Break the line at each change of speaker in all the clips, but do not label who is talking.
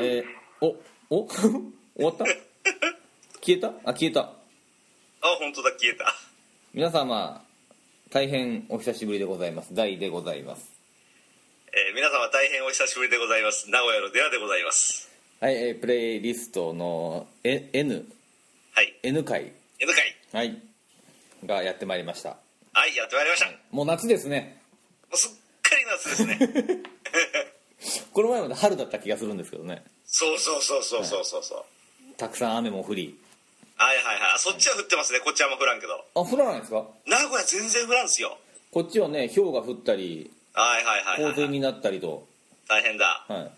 えー、お お終わった消えたあ消えた
あ本当だ消えた
皆様大変お久しぶりでございます大でございます
えー皆様大変お久しぶりでございます名古屋の出羽でございます
はい、えープレイリストのえ N,
はい
N 回、
N 会
はい、がやってまいりました
はいやってまいりましたも
もう夏ですね
うすっかり夏です ね
この前まで春だった気がするんですけどね
そうそうそうそうそうそうそう
たくさん雨も降り
はいはいはいあそっちは降ってますねこっちはあんま降らんけど
あ降らないですか
名古屋全然降らんすよ
こっちはね氷が降ったり
はいはいはい
洪
はい、
水になったりと、
大変だ
はい、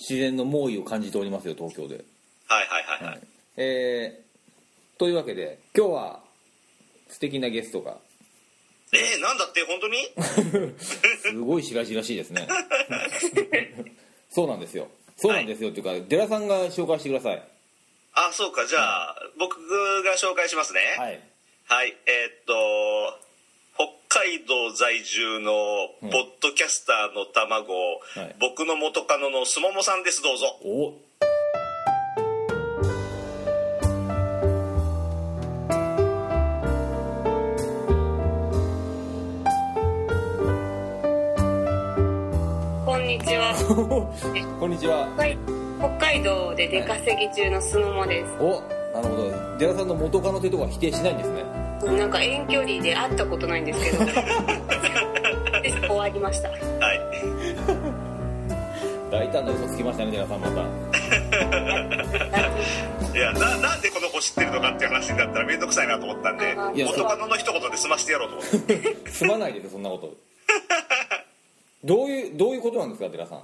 自然の猛威を感じておりますよ東京で
はいはいはいはい、
えーというわけで今日は素敵なゲストが
えー、なんだって本当に
すごいしらじらしいですね そうなんですよそうなんですよ、っていうかデラさんが紹介してください
あそうかじゃあ僕が紹介しますねはい、
はい
えーっと北海道在住のポッドキャスターの卵、
はい
僕の元カノのすももさんですどうぞ
お
こんにちは。
こんにちは
北海北海道で出稼ぎ中のすももです。
おなるほどデラさんの元カノというところは否定しないんですね
なんか遠距離で会ったことないんですけ ど。で終わりました。
はい
大胆な嘘つきましたねデラさんまた
いやななんでこの子知ってるのかっていう話になったら面倒くさいなと思ったんで
あー
いや
元カノの一言で済ましてやろうと 思って
すまないですよそんなことどういうどういうことなんですかデラさん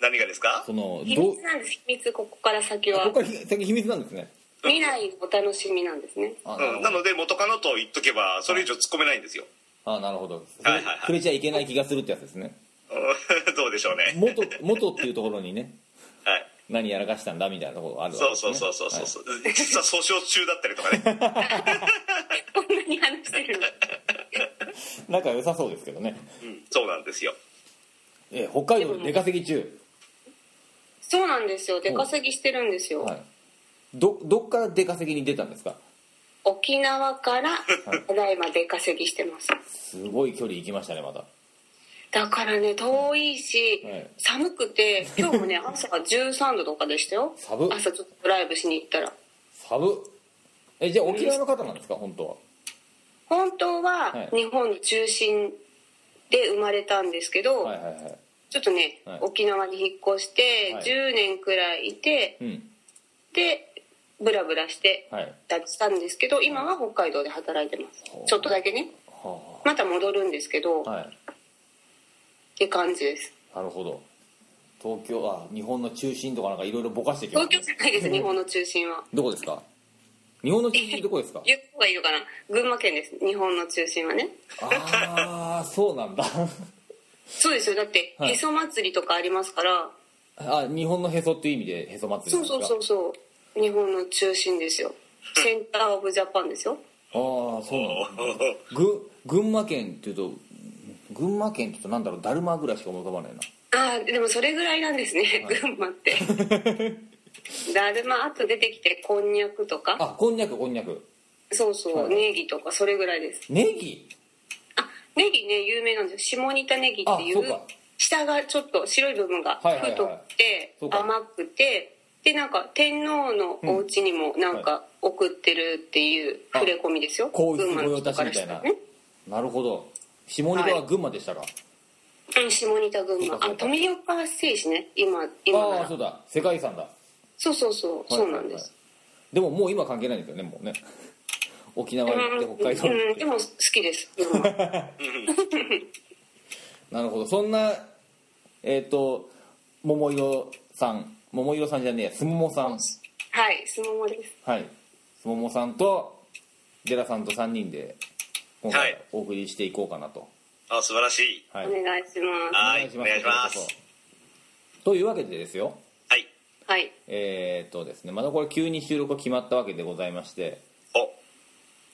何がですか
その
秘
どう
密なんです。秘密ここから先
こ
は
こからひ先秘密なんですね
未来のお楽しみなんですね。
あなる
う
ほ
ん、
ど
なので元カノと言っとけばそれ以上突っ込めないんですよ、
あなるほど
はいはいはい
触れちゃいけない気がするってやつですね
うん どうでしょうね、
元元っていうところにね
はい、
何やらかしたんだみたいなところがあるわけ
そう
ですね
そうそうそうそうそう、実は訴訟中だったりとかね
こんなに話してるの。
はい仲良さそうですけどね、
うんそうなんですよ
えー北海道で出稼ぎ中、
そうなんですよ。出稼ぎしてるんですよ。
はい、どどっから出稼ぎに出たんですか
沖縄からただいま出稼ぎしてます。
すごい距離行きましたねまた
だからね遠いし、
はい
寒くて今日もね朝13度とかでしたよ
寒っ
朝ちょっとライブしに行ったら
寒っえじゃあ沖縄の方なんですか本当は
本当
はい
は日本の中心で生まれたんですけど、
はいはいはい
ちょっとね、
はい
沖縄に引っ越して
はい
10年くらいいて、
うん
でブラブラして
はい
たりしたんですけど今は北海道で働いてます
ほう
ちょっとだけね
は
また戻るんですけど、
あ
っ
はい
て感じです
なるほど東京あ日本の中心とかなんかいろいろぼかしてきま
東
す
京じゃないです日本の中心は
どこですか日本の中心どこですか
言った方がいいのかな群馬県です日本の中心はね
ああそうなんだ
そうですよだって
はい
へそ祭りとかありますから、
あ日本のへそっていう意味でへそ祭り
そ
な
うん
ですか
そうそうそう日本の中心ですよセンターオブジャパンですよ
ああそうなん
お
だ
ー
ぐ群馬県っていうと群馬県っていうとなんだろうだるまぐらいしか思い浮かばないな
ああでもそれぐらいなんですね、群馬って だるまあと出てきてこんにゃくとか
あこんにゃくこんにゃく
そうそう、
はい
ネギとかそれぐらいです
ネギ
あネギね有名なんですよ下仁田ネギってい
あそう
う
か
下がちょっと白い部分が
はいはいはい
太くて、
そうか
甘くてでなんか天皇のお家にもなんか送ってるっていう触れ込みですよ、
皇室
群馬
御
の
用
人
達
から
みた
し
い
た
な
らね
なるほど下仁田は群馬でしたか、
うん下仁田群馬
そうかそう
あ
か
富岡製紙ね今今な
ああ
ら
そうだ世界遺産だ、はい
そうそうそう
はいは
そ
いう
なんです
でももう今関係ないんですよねもうね 沖縄行って北海道
うん
行っ
うん
て
でも好きです群馬
なるほどそんなえっ、と桃色さん桃色さんじゃねえやすももさん
はいすももです
はい、すももさんとデラさんと3人で今
は
回
い
お送りしていこうかなと、
あ素晴らしい
は
お願いしま
はい
お
お願いします
こちらこそというわけでですよ
はい
すはい
えーっとですねまだこれ急に収録が決まったわけでございまして
お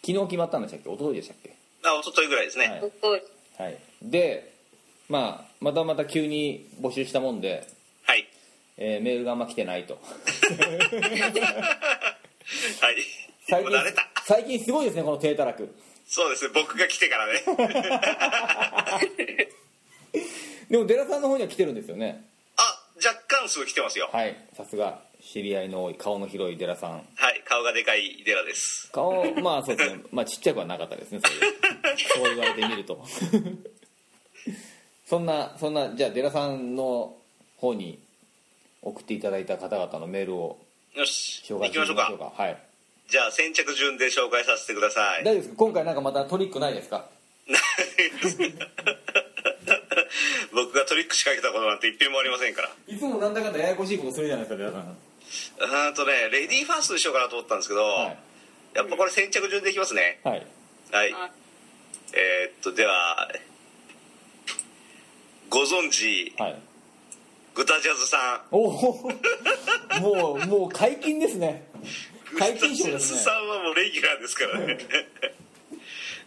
昨日決まったんでしたっけ一昨日でしたっけ
あ一昨日ぐらいですね、
はい
すごい
はいでまあまたまた急に募集したもんで
はい
えーメールがあんま来て ないと
はい
最
も
近
う慣れた
最近すごいですねこの低たらく
そうですね僕が来て からね
でもデラさんの方には来てるんですよね
あ若干数来てますよ
はいさすが知り合いの多い顔の広いデラさん
はい顔がでかいデラです
顔まあそうですねまあちっちゃくはなかったですねそういうそう言われてみると そんなそんなじゃあデラさんの方に送っていただいた方々のメールを
よし
紹
行
介し
き
てみ
ま
ま
し
し
ょ
ょ
う
う
か
かはい
じゃあ先着順で紹介させてください
大丈夫ですか今回なんかまたトリックないですか
僕がトリック仕掛けたことなんて一遍もありませんから
いつもなんだかんだややこしいことするじゃないですかデラさん
うーんとねレディーファーストにしようかなと思ったんですけど、
はい
やっぱこれ先着順でいきますね
はい
はい
あ
えーっとではご存知
はい
グタジャズさん
おお もうもう解禁ですね
グタ
解
ジ
禁賞
ャ
で
ズ
す
さ
ね
んはもうレギュラーですからね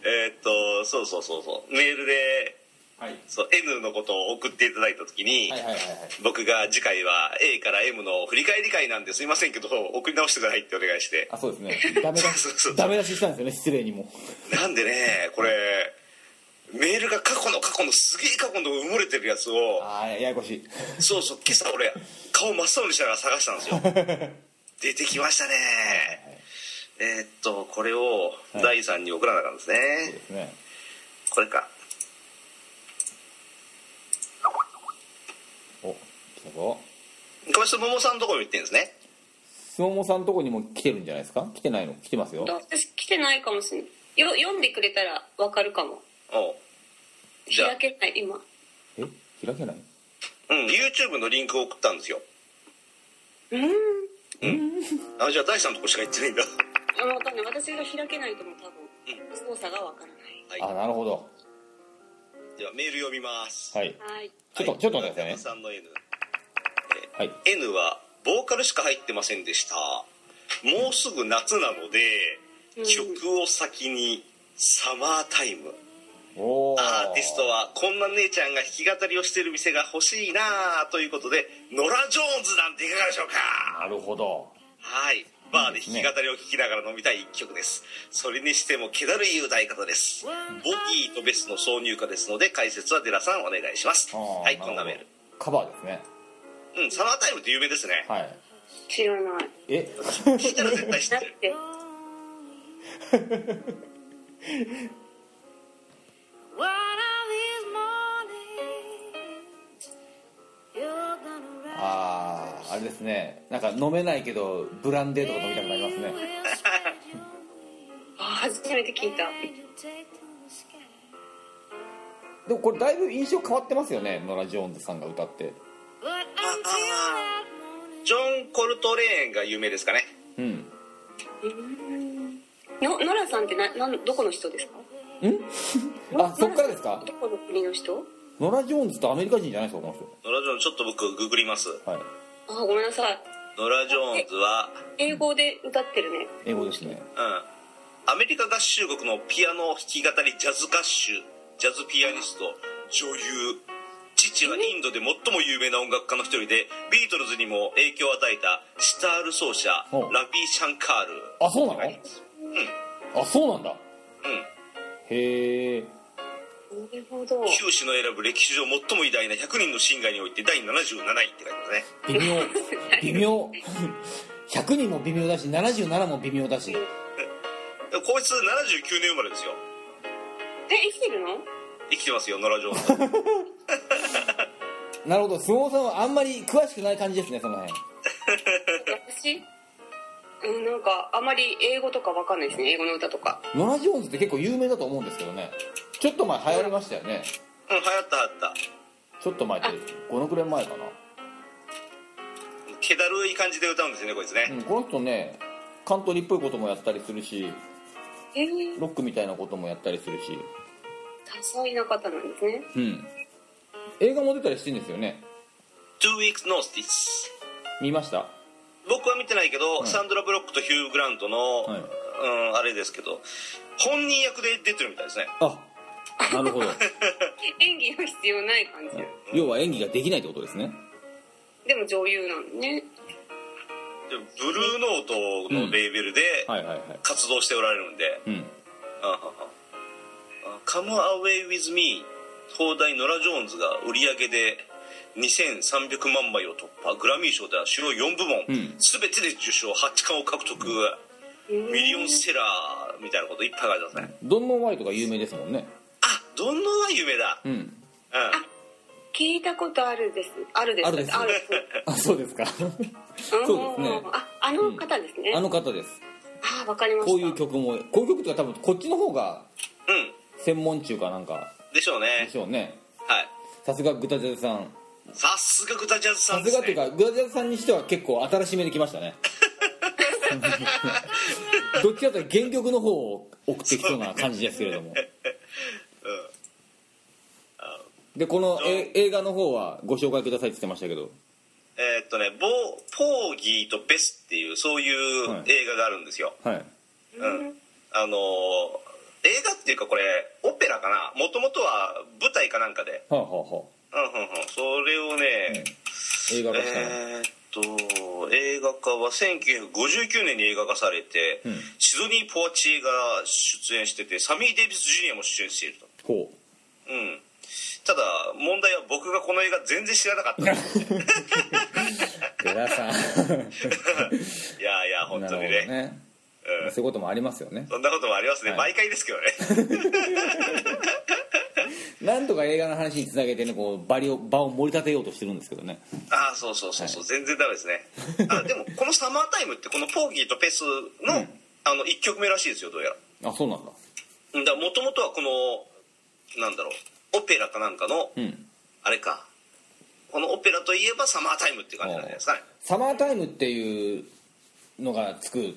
えーっとそうそうそうそうメールで
はい
そう N のことを送っていただいた時に、
はいはいはいはい
僕が次回は A から M の振り返り会なんですいませんけど送り直してくださいってお願いして
あそうですねダメ出
そうそうそう
しダメ出ししたんですよね失礼にも
なんでねこれメールが過去の過去のすげえ過去の埋もれてるやつを
ああややこしい
そうそう今朝俺顔真っ青にしながら探した んですよ出てきましたねえーっとこれを
はい
第3に送らなあかんですね、
そうですね
これか
お来たぞ
これすももさんのところに行ってんですね
すももさんとこにも来てるんじゃないですか来てないの来てますよ
だ私来てないかもしれないよ読んでくれたらわかるかも
おうじゃあ
開けない今
え開けない
うん YouTube のリンクを送ったんですよ
うん
あじゃあ第3のとこしか行ってないんだ
あのわかんない私が開けないとも多分操作がわからない
はい
あなるほど
ではメール読みます
はい
はい
ちょっと
はい
ちょっと待ってくださいね
中山さんの N
はい
N はボーカルしか入ってませんでしたもうすぐ夏なので、
うん
曲を先にサマータイム
おお
アーティストはこんな姉ちゃんが弾き語りをしてる店が欲しいなあということでノラ・ジョーンズなんていかがでしょうか
なるほど
はいバーで弾き語りを聴きながら飲みたい一曲ですそれにしても気だるい歌い方ですボギーとベスの挿入歌ですので解説はデラさんお願いします
あー
はい
るほ
こ
ど
んなメール
カバーですね
うんサマータイムって有名ですね
はい
知らない
え
聞いたら絶対知っ
だって
る
て
あああれですねなんか飲めないけどブランデーとか飲みたくなり ますね
あ初めて聞いた
でもこれだいぶ印象変わってますよねノラ・ジョーンズさんが歌って
ジョン・コルトレーンが有名ですかね
うん
の奈良さんってななんどこの人ですか
んあそっからですか
どこの国の人
ノラ・ジョーンズってアメリカ人じゃないですかこの
ノラ・ジョーンズちょっと僕ググります
人はい
あごめんなさい
ノラ・ジョーンズは、
英語で歌ってるね
英語ですね
うん、アメリカ合衆国のピアノ弾き語りジャズ歌手ジャズピアニスト女優父はインドで最も有名な音楽家の一人でビートルズにも影響を与えたシタール奏者ラビ
ほ
ー
う・
シャンカール
あそうなの
う
あそうなんだ
んうん
へえ
なるほど
九州の選ぶ歴史上最も偉大な100人のシンガーにおいて第77位って書いてますね
微妙微妙100人も微妙だし77も微妙だし
でもこいつ79年生まれですよ
え生きてるの
生きてますよノラ・ジョーン ズ
なるほど相撲さんはあんまり詳しくない感じですねその辺
私うんなんかあまり英語とかわかんないですね英語の歌とか
ノラ・ジョーンズって結構有名だと思うんですけどねちょっと前流行りましたよね
うん流行った流行った
ちょっと前って5のくらい前か
気だるい感じで歌うんですよねこい
な、
つね
うん、この人ねカントリーっぽいこともやったりするし
えー、
ロックみたいなこともやったりするし
多彩な方なんですね
うん映画も出たりしてんですよね
「Two Weeks Notice」
見ました
僕は見てないけど、
い
サンドラ・ブロックとヒュー・グラントの、
はい
うん、あれですけど本人役で出てるみたいですね
あなるほど
演技の必要ない感じ
要は演技ができないってことですね
でも女優なのね
でもブルーノートのレーベルで
はいはいはい
活動しておられるんで
うん
「あああ Come Away With Me」東大ノラ・ジョーンズが売り上げで2300万枚を突破グラミー賞では主要4部門、
うん
全てで受賞8冠を獲得、ミリオンセラーみたいなこといっぱい書いてますね
ドンノン・ワイトが有名ですもんね
あどんどんは夢だ
うん
うん
聞いたことあるですあるです
あるです
ある
あそうですか
そ う
そうですね
ああの方ですね、
あの方です
ああわかりました
こういう曲もこういう曲っていうか多分こっちの方が
うん
専門中かなんか
でしょう
で
ね
しょうね
はい
さすがグタジャズさん
さすがグタジャズさ
さ
んですす
がってい
ね
うかグタジャズさんにしては結構新しめできました ねどっちかというと原曲の方を送ってきそうな感じですけれども、でこのえ映画の方はご紹介くださいって言ってましたけど
えーっとねボ「ポーギーとベス」っていうそういう映画があるんですよ、
はい
うんあのー映画っていうかこれオペラかなもともとは舞台かなんかで、
はあ、はあはあ、
うんうんうん、それをね、
映画化したの、
えーっと映画化は1959年に映画化されて、
うん
シドニー・ポワチエが出演しててサミー・デイビス・ジュニアも出演していると、
ほう
うん、ただ問題は僕がこの映画全然知らな かった
デラさん
いやいや本
な
当
るほど
にね
ね
うん
そういうこともありますよね
そんなこともありますね、
はい
毎回ですけどね
なんとか映画の話につなげてねこう場を場を盛り立てようとしてるんですけどね
ああそうそうそうそう、全然ダメですねあでもこの「サマータイム」ってこの「ポーギーとペスの」あの1曲目らしいですよどうやら
あそうなんだ
うんだもともとはこのなんだろうオペラかなんかの、
うん
あれかこのオペラといえば「サマータイム」って感じなんじゃないですかね
サマータイムっていうのがつく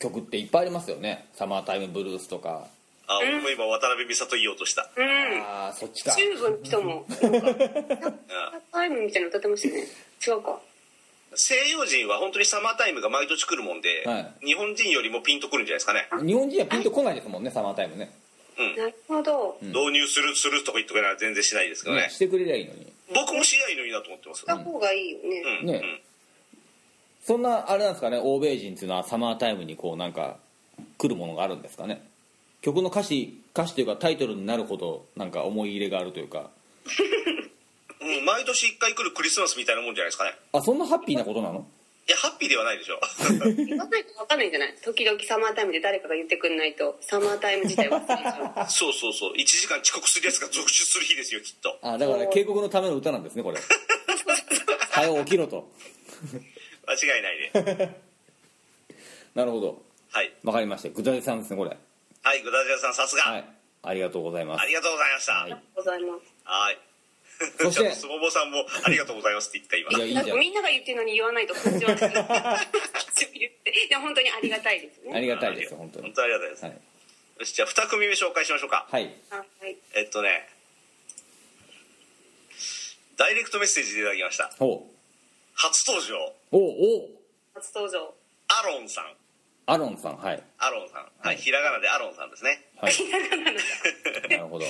曲っていっぱいありますよねサマータイムブルースとか、
あー俺も今渡辺美里言おうとした、
うん
ああそっちか
中部の 人も
うん
タイムみたいなの歌ってましたね違うか
西洋人は本当にサマータイムが毎年来るもんで、
は
日本人よりもピンとくるんじゃないですかね、
日本人はピンとこないですもんねサマータイムね
うん
なるほど、
導入するするとか言っとかなら全然しないですけどね
ねしてくれりゃいいのに
僕も知り合いのいいなと思ってます
した方がいいよね、
うん
ねそんなあれなんですかね欧米人っていうのはサマータイムにこうなんか来るものがあるんですかね曲の歌詞歌詞というかタイトルになるほどなんか思い入れがあるというか
うんうん、毎年1回来るクリスマスみたいなもんじゃないですかね
あそんなハッピーなことなの
いやハッピーではないで しょ
言わないと分かんないんじゃない時々サマータイムで誰かが言ってくんないとサマータイム自体忘れちゃう
そうそうそう1時間遅刻するやつが続出する日ですよきっと
あだから警告のための歌なんですねこれ 早う起きろと
間違いないで
なるほど
はい
わかりましたグダデさんですねこれ
はいグダジアさんさすが、
はいありがとうございま
あ
す
りがとうございました
は
はいい
ありがとうございます
そし
じゃあ
て
スボボさんもありがとうございますって言った今
いやいいじゃ
なんんかみんなが言ってるのに言わないと感情悪くなる口を言っていや本当にありがたいです
あ
ね
りがたいです本当に
本当ありがたいです、
はい、
よしじゃあ2組目紹介しましょうか
はい、
はい
えっとねダイレクトメッセージでいただきました
ほう
初登場
おお
初登場
アロンさん
アロンさんはい
アロンさんはい、
はい
ひらがなでアロンさんですね
はいなるほど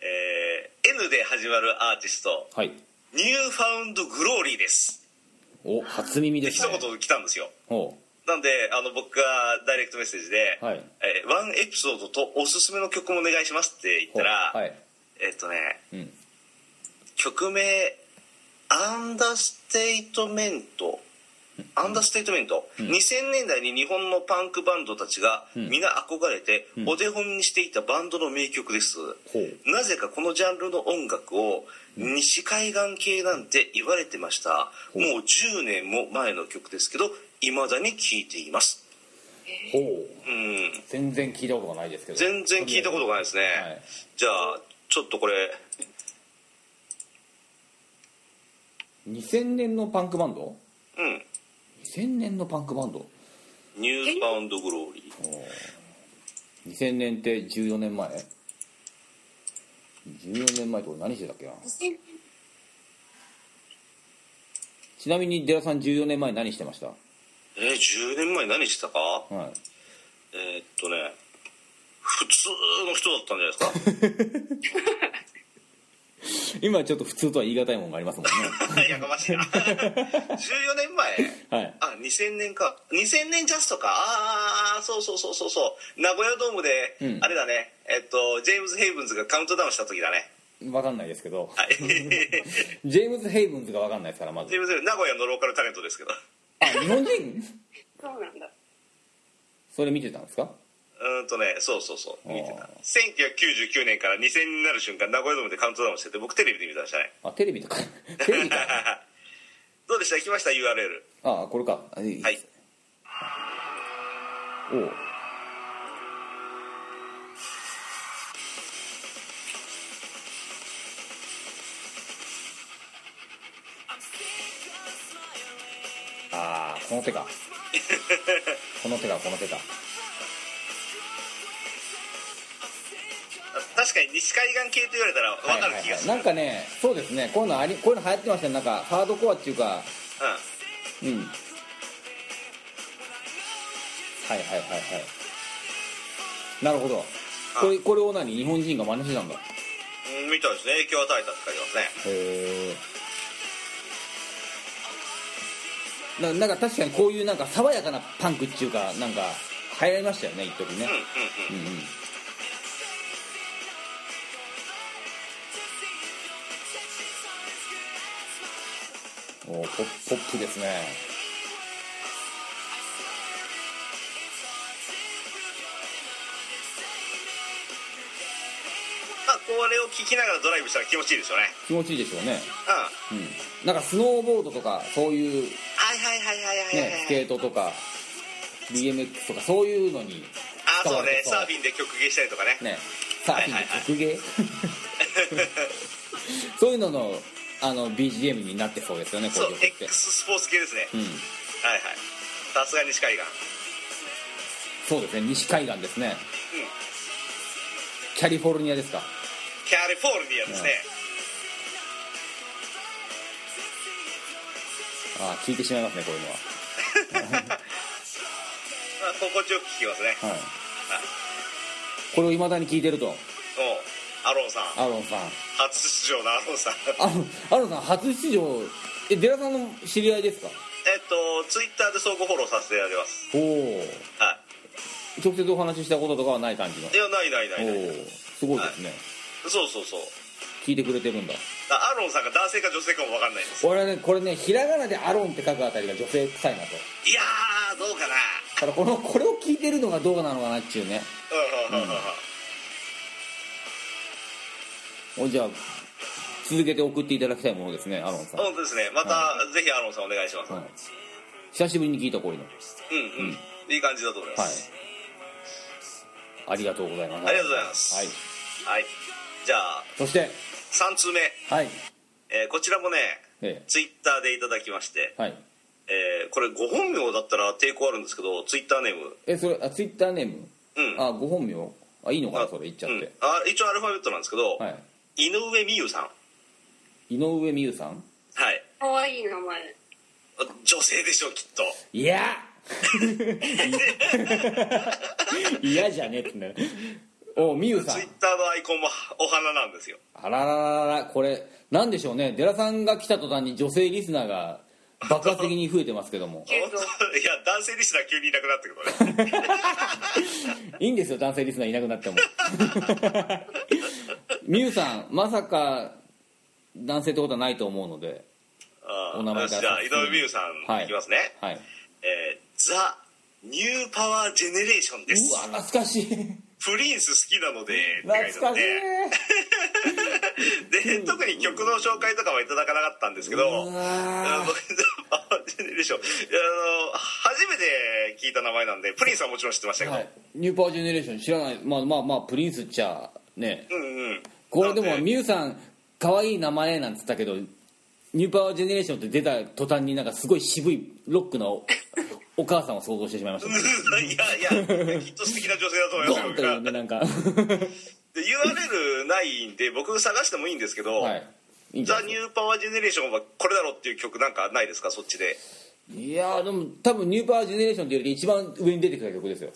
えー N で始まるアーティスト
はい
ニューファウンドグローリーです
お初耳
で
です
一
ね
言来たんですよ
ほ
なんであの僕がダイレクトメッセージで、
はい
えーワンエピソードとおすすめの曲もお願いします」って言っ
うほ
た
う
ら、
はい
えっ、とね
うん
曲名「アンダーステイトメント」アンダーステイトメント、2000年代に日本のパンクバンドたちが
ん
皆憧れて
ん
お手本にしていたバンドの名曲です、
ほう
なぜかこのジャンルの音楽を西海岸系なんて言われてました
ん
もう10年も前の曲ですけどいまだに聴いています
ほう
うん
全然聞いたことがないですけど
全然聞いたことがないですね、
はい
じゃあちょっとこれ
2000年のパンクバンド
うん
2000年のパンクバンド
ニューバウンドグローリー
2000年って14年前14年前って俺何してたっけなちなみにデラさん14年前何してました
えー、10年前何してたか
はい
えーっとね普通の人だったんじゃないですか
今ちょっと普通とは言い難いものがありますもん ね
やかましいな14年前
はい
あ2000年か2000年ジャストかああそうそうそうそうそう名古屋ドームで、
うん
あれだねえっとジェームズ・ヘイブンズがカウントダウンした時だね
分かんないですけど
は いジェ
ジェームズ・ヘイブンズが分かんないですからまず
ームズ・ヘイブンズ名古屋のローカルタレントですけど
あ日本人
そうなんだ
それ見てたんですか
うーんとねそうそうそう見て
あ
た1999年から2000になる瞬間名古屋ドームでカウントダウンしてて僕テレビで見てましたね
あテレビとか テレビか
どうでした来ました URL
あこれかはい
はい
おうああこの手 かこの手かこの手か
あ確かに西海岸系と言われたら分かる気がする、
なんかねそうですねこういうのありこういうの流行ってましたねなんかハードコアっていうか
うん
うんはいはいはいはいなるほどこれこれを何日本人が真似してたんだへ
うん、みたいですね影響を与えたって書いてますね
えななんか確かにこういうなんか爽やかなパンクっていうかなんか流行りましたよね一時ね
うんうん
う
うん
んうんおーポッポップですね
まあこれを聞きながらドライブしたら気持ちいいですよね
気持ちいいでしょうね
う
う
んは
んなんかスノーボードとかそういう
いはいはいはいはいはい
ね、スケートとか BMX とかそういうのに
あそうね
そう
サーフィンで曲芸したりとかね
ねサーフィンの格ゲーそういうののあの BGM になってそうですよねこう
そ
いうう曲って
X スポーツ系ですね
うん
はいはいさすが西海岸
そうですね西海岸ですね
うん
キャリフォルニアですか
キャリフォルニアですね
ああ聞いてしまいますねこういうの
まあ心地よく聞きますね
ははいこれをいまだに聞いてると
おうアロンさん
アロンさん
初出場のアロンさん
アロンアロンさん初出場えデラさんの知り合いですか
えっとツイッターで相互フォローさせていただきます
おお
は
直接お話ししたこととかはない感じの
いいやないないないない
おおすごいですね、
そうそうそう
聞いてくれてるんだ
あアロンさんが男性か女性かも分かんないです
俺はねこれねひらがなで「アロン」って書くあたりが女性臭いなと
いやーどうかな
ただこのこれを聞いてるのがどうなのかなっていうね
うんうんうんうん
おじゃあ続けて送っていただきたいものですねアロンさん、
本当ですねまた、ぜひアロンさんお願いします、
はい、久しぶりに聞いたこういうのは
うんうん、いい感じだと思いま
い
す
ありがとうございます
ありがとうございます
はい、
はい、じゃあ
そして
3通目、
はい
えーこちらもね
え
ツイッターでいただきまして、
えはい
えーこれご本名だったら抵抗あるんですけどツイッターネーム
えそれあツイッターネーム
うん
あご本名あいいのかなそれ言っちゃっ
うん
て、
あ一応アルファベットなんですけど、
はい
井上美優さん
井上美優さん
はい
可愛い名前
あ女性でしょうきっと
いや嫌じゃねえってなるおみゆさん
ツイッターのアイコンもお花なんですよ
あらららららこれなんでしょうねデラさんが来た途端に女性リスナーが爆発的に増えてますけども
いや
けど
男性リスナー急にいなくなったけどね
いいんですよ男性リスナーいなくなっても みゆさんまさか男性ってことはないと思うので
あー
お名前から
じゃあ井上美優さんいきますね、
はいう
えーザ・ニューパワージェネレーションです
うわ懐かしい
プリンス好きなのでって書いてあ
懐
っ
かしい
てで特に曲の紹介とかはいただかなかったんですけど
う
あの
わ
僕あジェネレーションいやあの初めて聞いた名前なんでプリンスはもちろん知ってましたけど、
はいニューパワージェネレーション知らないまあまあまあプリンスっちゃね
うん うん
これで
な
も
ん
ミュウさん可愛い名前なんつったけどニューパワージェネレーションって出た途端になんかすごい渋いロックなおお母さんを想像してしまいましたね
いやいやきっと素敵な女性だと思い
ド
ますよ
ン
僕
と
が
いうねなんか
で URL ないんで僕探してもいいんですけど、
はいいいんじゃ
ザ・
ない
ニ
で
ューパワージェネレーションはこれだろっていう曲なんかないですかそっちです
かいやーでも多分ニューパワージェネレーションっていうより一番上に出てきた曲ですよ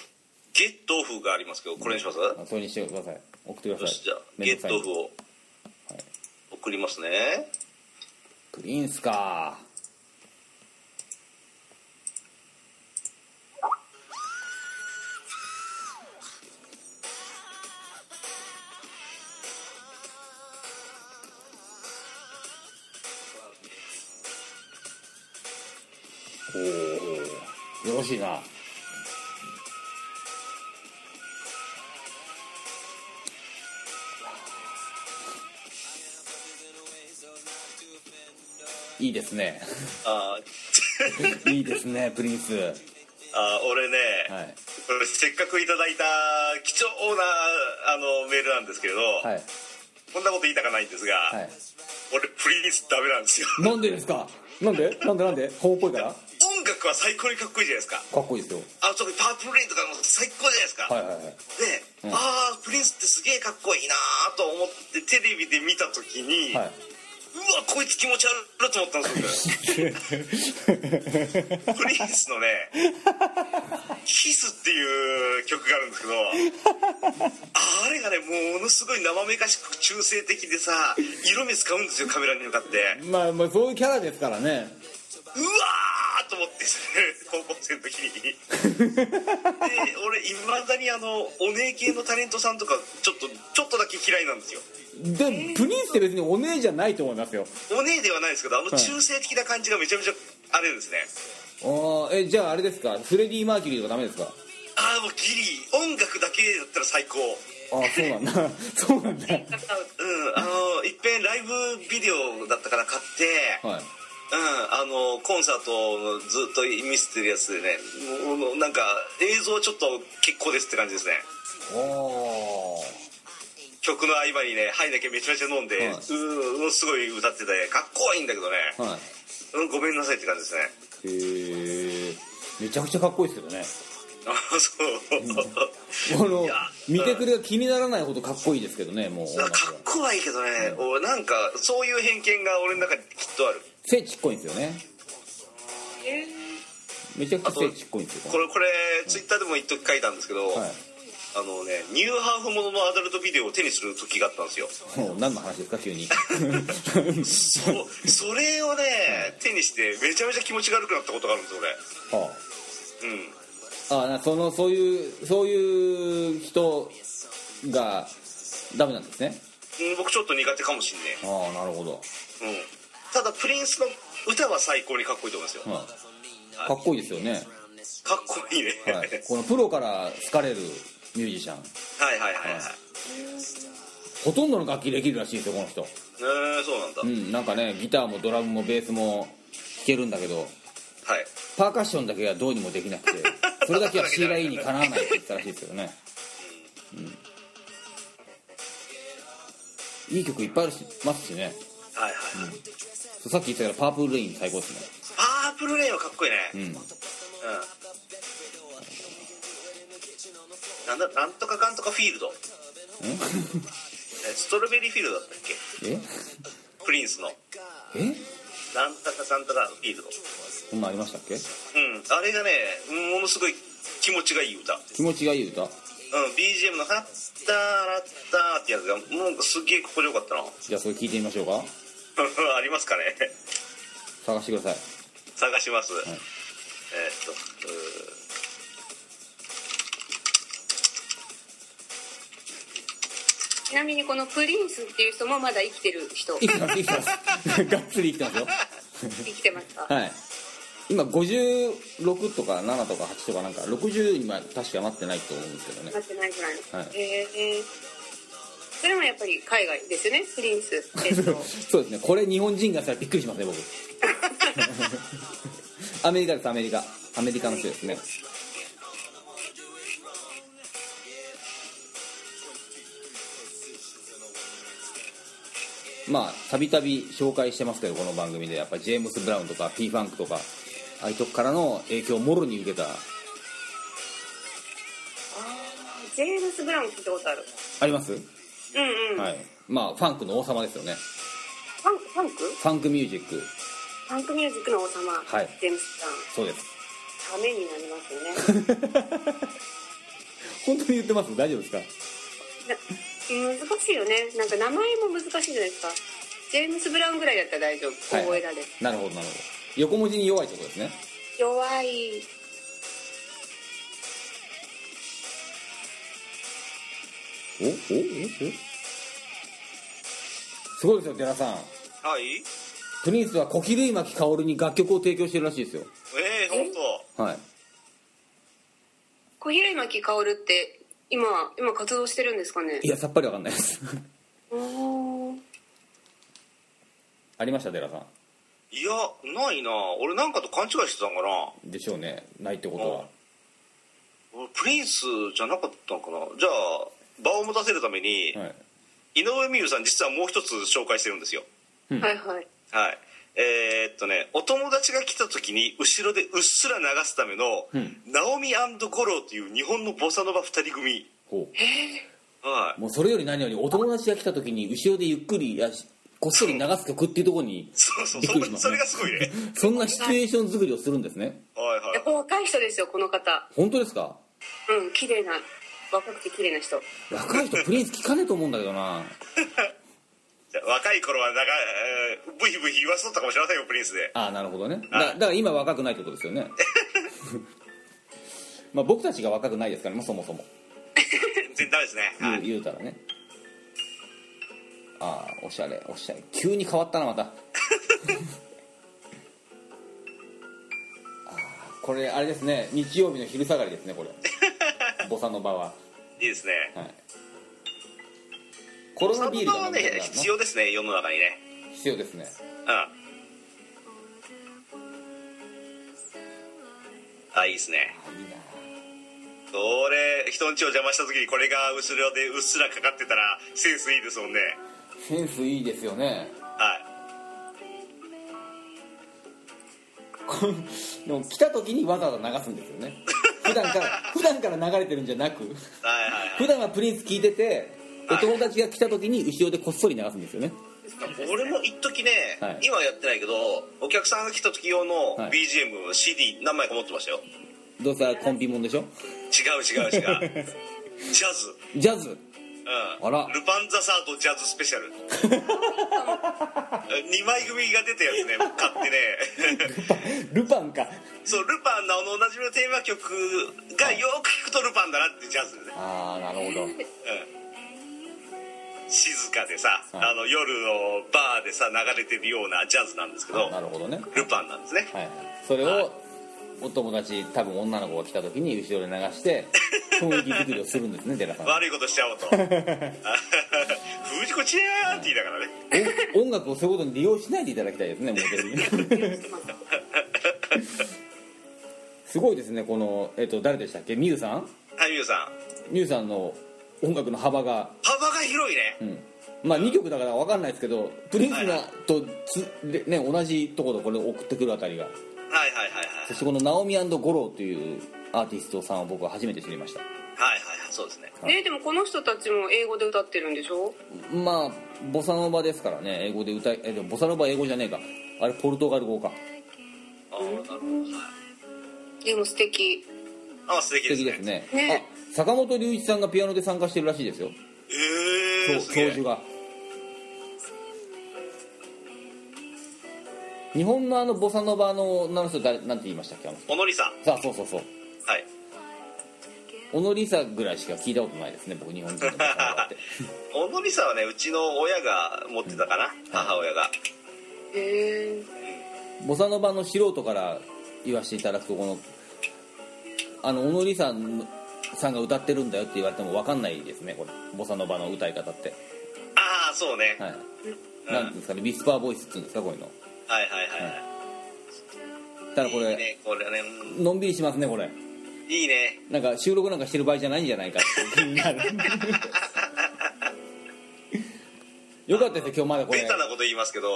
ゲットオフがありますけどこれにします、
あそれにしてください送ってく
よ
ださ
し
い
じゃあ
めん
ゲ
どくさ
ッ
い
トオ
ん
フ
で
を、送りますね
プリンスかおおよろしいな「いいです ね」
あ
「
ー
いいですねプリンス」
あー俺ね、
はい
これせっかくいただいた貴重なあのメールなんですけれど、
はい
こんなこと言いたかないんですが、
はい
俺プリンスダメなんですよ
なんでですかなんでなんでなんで法っぽいからか
音楽は最高にかっこいいじゃないですか
っこいいですよ
あ特にパープルレインとかも最高じゃないですか、
はいはいはい
で、ああプリンスってすげえかっこいいなーと思ってテレビで見た時に、
はいう
わこいつ気持ち悪いと思ったんですよ プリンスのね「キス」っていう曲があるんですけどあれがねものすごい生めかしく中性的でさ色目使うんですよカメラに向かって
まあまあそういうキャラですからね
うわーと思って高校生の時にで俺いまだにあのお姉系のタレントさんとかちょっとちょっとだけ嫌いなんですよ
でプリンスって別にお姉じゃないと思いますよ
お姉ではないですけどあの
はい
中性的な感じがめちゃめちゃあれですね、
あーえじゃああれですかフレディ・マーキュリーとかダメですか
ああもうギリ音楽だけだったら最高う
ああそうなんだ そうなんだ
方を
んあのいっぺんライブビデオだったから買って、
はい
うんあのコンサートをずっと見せてるやつでねもうもうなんか映像ちょっと結構ですって感じですね
おお
曲の合間にねハイだけめちゃめちゃ飲んで、
はいう
ーんものすごい歌っててかっこいいんだけどね、
は
うん、ごめんなさいって感じですね
いへえめちゃくちゃかっこいいですけどね
あそう
あの
いや
見てくれが気にならないほどかっこいいですけどねもう
なんかかっこはいいけどね、俺なんかそういう偏見が俺の中にきっとある
背ちっこいんですよね
え
めちゃくちゃ背ちっこいんですよ
これこれツイッターでも一時書いたんですけど、
はい
あのねニューハーフもののアダルトビデオを手にする時があったんですよ
もう何の話ですか急 に
そう それをね手にしてめちゃめちゃ気持ちが悪くなったことがあるんです
は
俺うん
ああなそのそういうそういう人がダメなんですね
うん僕ちょっと苦手かもしんね
ああなるほど、
え、うん、ただプリンスの歌は最高にかっこいいと思いますよ
はいかっこいいですよね、
かっこいいね、
はい、このプロから好かれるミュージシャン
はいはいはいはい、
はいほとんどの楽器できるらしいですよこの人
うーんそうなんだ、
う
はい
んなんかねギターもドラムもベースも弾けるんだけどパーカッションだけはどうにもできな くてそれだけはシーライーにかなわないって言ったらしいですけどね、うん、いい曲いっぱいありますしね
はいはい、
そうさっき言ったからパープルレイン最高ですね
パープルレイはかっこいいね、
うん
うんなんだなんとかかんとかフィールドえストロベリーフィールドだったっけ
え
プリンスの
え
なんとかかんとかフィールド
そんなんありましたっけ
うんあれがねものすごい気持ちがいい歌、うん、
気持ちがいい歌
BGM の「ハッタラッタ」ってやつがもうすっげえ心地よかったな
じゃあそれ聞いてみましょうか
ありますかね
探してください
探します、え
い
ーっとうー
ちなみにこのプリンスっていう人もまだ生きてる人
生きてます生きてますがっつり生きてますよ
生きてますか
はい今56とか7とか8とかなんか60今確かなってないと思うんですけどね
なってないぐらいの、
はい
へえそれもやっぱり海外ですよねプリンスえ っと
そうですねこれ日本人がしたらびっくりしますね僕 アメリカですアメリカアメリカの人ですねまあたびたび紹介してますけどこの番組でやっぱジェームス・ブラウンとか P ファンクとかああいうとこからの影響をもろに受けた
ジェームス・ブラウン聞いたことある
あります、
うんうん、
はいまあファンクの王様ですよね
ファンファンク
ファンクミュージック
ファンクミュージックの王様、
はい
ジェームス・ブラウン
そうです
ためになりますよね
本当に言ってます大丈夫ですか
な難しいよねなんか名前も難しいじゃないですかジェームス・ブラウンぐらいだったら大丈夫
はい
覚えられる、
なるほどなるほど横文字に弱いってことですね
弱い
おおおおすごいですよ寺さん
はい
プリンスは小比類巻薫に楽曲を提供してるらしいですよ
ええ本当
はい
小平巻薫って今今活動してるんですかね
いやさっぱりわかんないです
おー
ありました寺さ
いやないな俺なんかと勘違いしてたんかなん
でしょうねないってことは
俺プリンスじゃなかったのかなじゃあ場を持たせるために、
はい
井上美優さん実はもう一つ紹介してるんですよ
はいはい
はいえーっとねお友達が来た時に後ろでうっすら流すための、
うん
ナオミゴローという日本のボサノバ2人組
ほ
は
う
い
もうそれより何よりお友達が来た時に後ろでゆっくりやしこっそり流す曲っていうところに
そうそう
びっく
そん
り
な
しますね
それがすごいね
そんなシチュエーション作りをするんですね
はいは
やっぱ若い人ですよこの方
本当ですか
うん綺麗な若くて綺麗な人
若い人プリンス聞かねえと思うんだけどない
若い頃はなんか、えーブヒブヒ言わせとったかもしれませんよプリンスで
ああなるほどねだだから今若くないってことです よねまあ僕たちが若くないですからねそもそも
全然ダメですね、
言
は
う
い、
言うたらねああおしゃれおしゃれ急に変わったなま たあーこれあれですね日曜日の昼下がりですね これボサノバは、
いいですね
はい、コロナビール
ボサノ
が
バは
飲みたくなる
ね
な
必要ですね世の中にね
必要ですね
うんあいいですね
あいいな
これ人ん家を邪魔した時にこれが後ろでうっすらかかってたらセンスいいですもんね
センスいいですよね
は
こんでも来た時にわざわざ流すんですよね普段から普段から流れてるんじゃなく
いはいはいはい
普段はプリンス聞いててお友達が来た時に後ろでこっそり流すんですよね
俺も一時ね、
はい
今はやってないけどお客さんが来た時用の
はい
BGM、CD 何枚か持ってましたよ
どうせあれコンビもんでしょ
違う違う違 うジャズ、
ジャズ
うん、
あら
ルパンザサードジャズスペシャル2枚組が出たやつね買ってね
ルパンか
そうルパンのあのおなじみのテーマ曲がよく聞くとルパンだなってジャズね、
ああなるほ
うん、静かでさ、
はい
あの夜のバーでさ流れてるようなジャズなんですけど
どなるほどね
ルパンなんですね
はいそれをお友達多分女の子が来た時に後ろで流して雰囲気作りをするんですね寺さん
悪いことしちゃおうと あははは藤子ちゃーんって言いながらね
お音楽をそういうことに利用しないでいただきたいですねもう逆にすごいですねこの、えっと誰でしたっけミュウさん
はいみゆさん
ミュウさんの音楽の幅が
幅が広いね
うんまあ2曲だから分かんないですけどプリンスナとつで、ね、同じところこれ送ってくるあたりが
はいはいはいはい
そしてこのナオミゴローというアーティストさんを僕は初めて知りました
はいはいはいそうですね
はい
ねでもこの人たちも英語で歌ってるんでしょ
まあボサノバですからね英語で歌いえでもボサノバ英語じゃねえかあれポルトガル語か
あーなるほど
でも素敵
はいあ素敵
素
で
敵
すね
ですね
ね
あ坂本龍一さんがピアノで参加してるらしいですよ、
ええー、
教
す
教
げえ
授が日本のあのボサノバの女の人誰なんて言いましたっけあの人
おのりさん
さあそうそうそう
はい
小野梨沙ぐらいしか聞いたことないですね僕日本人の方だっ て
おのりさんはねうちの親が持ってたかな、母親が
へえ
ボサノバの素人から言わせていただくとこのあの小野梨沙さんが歌ってるんだよって言われても分かんないですねこれボサノバの歌い方って
ああそうね、
はい
うん
何ていうんですかねウィスパーボイスっていうんですかこういうの
はい、はいはいはい
ただこ
いい
れ
ねこれねうん
のんびりしますねこれ
いいね
なんか収録なんかしてる場合じゃないんじゃないかっていう気に なるよかったですね今日まだこれ
ベタ
は
なこと言いますけど、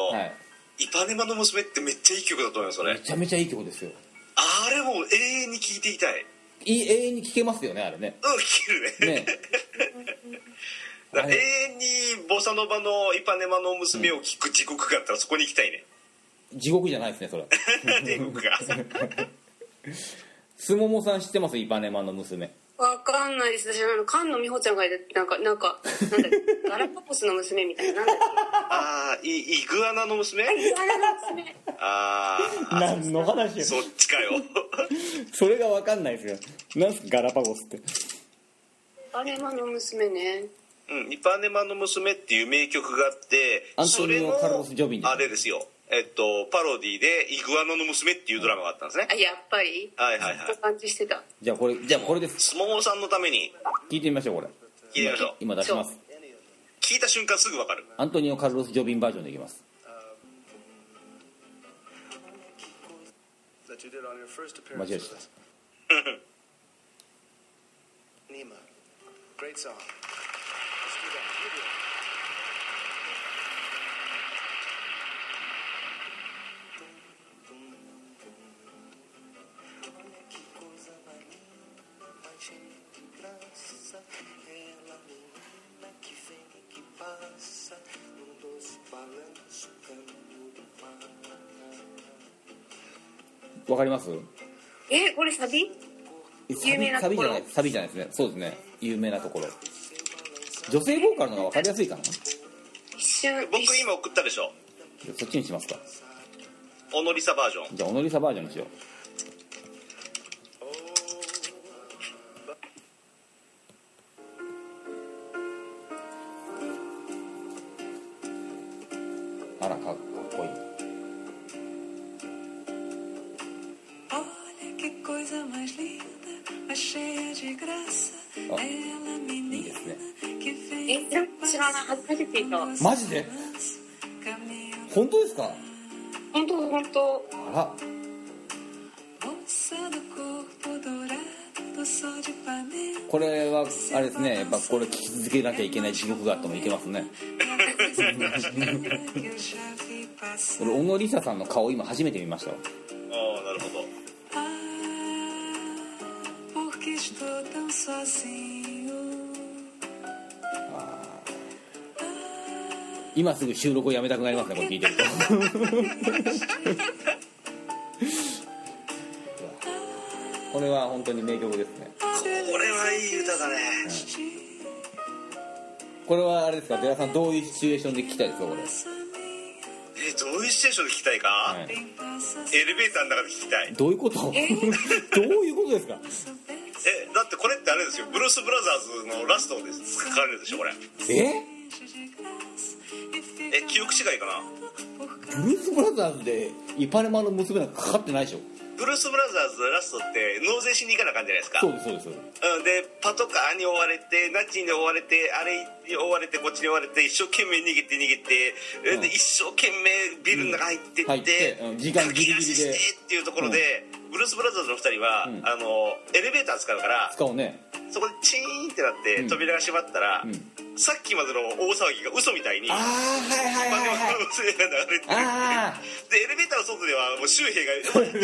い
イパネマの娘ってめっちゃいい曲だと思いますそれ
めちゃめちゃいい曲ですよ
あれもう永遠に聴いていたい
いい永遠に聴けますよねあれね
うん聴 けるね
ね
だから永遠にボサノバのイパネマの娘を聴く地獄があったらそこに行きたいね
地獄じゃないですねそれ
地獄が
すももさん知ってますイパネマの娘
わかんないです私あの菅野美穂ちゃんがいてなんかなんかなんだっけガラパゴスの娘みたいななんだっ
ああイイグアナの娘
けガラの娘
ああ
何の話
そ
よ
っちかよ
それが分かんないですよなんすかガラパゴスって
アレマの娘ね
うん、イパネマの娘っていう名曲があって
アント
そ
ニ
れ
オ
の
カルロスジョビンじゃん
あれですよえっとパロディで「イグアナの娘」っていうドラマがあったんですね
あやっぱり
はいはいはい
そんな感じしてた
じゃあこれじゃあこれです
相撲さんのために
聞いてみましょうこれ
聞いてみましょう
今出します
聞いた瞬間すぐわかる
アントニオ・カルロス・ジョビンバージョンでいきます
that you did on your first
間
appearance
違え
with
ちゃっ
us.
た
Nima. Great song. Let's do that. You do it. Passa
わかります
えこれサビ
え
有名な
サビ
ところ
サビじゃないサビじゃないですねそうですね有名なところ女性ボーカルの方が分かりやすいかな
一瞬
僕
一瞬
今送ったでしょ
そっちにしますか
オノリサバージョン
じゃあオノリサバージョンにしようあらかっこいい
Olha que coisa mais linda, mais cheia de graça.
Ó.
Ela, menina,
Isso, né?
que
え
vem
全然知らない初めて聞いた
com
マジで
lança, caminho,
本当ですか
本当本当
あ
moça do corpo dourado, do sol de Ipanema.
らこれはあれですねやっぱこれ聞き続けなきゃいけない地獄があってもいけますね
Uma coisa mais linda que eu já vi passar.
俺小野梨沙さんの顔今初めて見ましたわ
ああなるほど
Ah, porque estou tão sozinho. Ah,
今すぐ収録をやめたくなりますねこれ聞いてると これは本当に名曲ですね
これはいい歌だね
これはあれですか寺さんどういうシチュエーションで聞きたいですかこれ
Essa
え
minha
どういうシチュエーションで聞きたいか、
はい
bem passa,
エレベーターの中で聞きたい
どういうこと どういうことですか
souber.
えだってこれってあれですよブルース・ブラザーズのラストです書かれるでしょこれ
え
え記憶違いかな
ブルース・ブラザーズでイパネマの娘なんかかかってないでしょ
ブルース・ブラザーズのラストって納税しに行かなあかんじゃないですか
そうですそうですそうで
うんでパトカーに追われてナチに追われてあれに追われてこっちに追われて一生懸命逃げて逃げて、え
うん
で一生懸命ビルの中入って
うん入
っ
っててうん時間ギリギリで
駆け足してっていうところで、ブルース・ブラザーズの2人は、
ん
あのエレベーター使うから
す使おうね
そこでチーンってなって
ん
扉が閉まったら、
うん
さっきまでの大騒ぎが嘘みたいに
ああはいはい
まあ
は
で
い
も
はい
それが流れてる
ああ
でエレベーターの外ではもう周平が「えい ほえいほ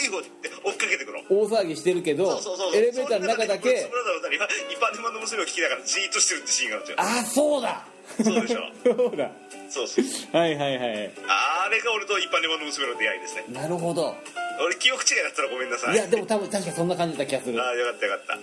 えいほ」って追っかけてくの
大騒ぎしてるけど
そうそうそうそう
エレベーターの中だ
ブルース
け
ブラザーの二人はイパネマの娘を聞きながらじーっとしてるってシーンがあるんで
ああそうだ
すよそうでしょ
そうだ
そうそう
はいはいはい
あれが俺とイパネマの娘の出会いですね
なるほど
俺記憶違いだったらごめんなさ
い
い
やでも多分確かそんな感じだった気がする
ああよかったよかった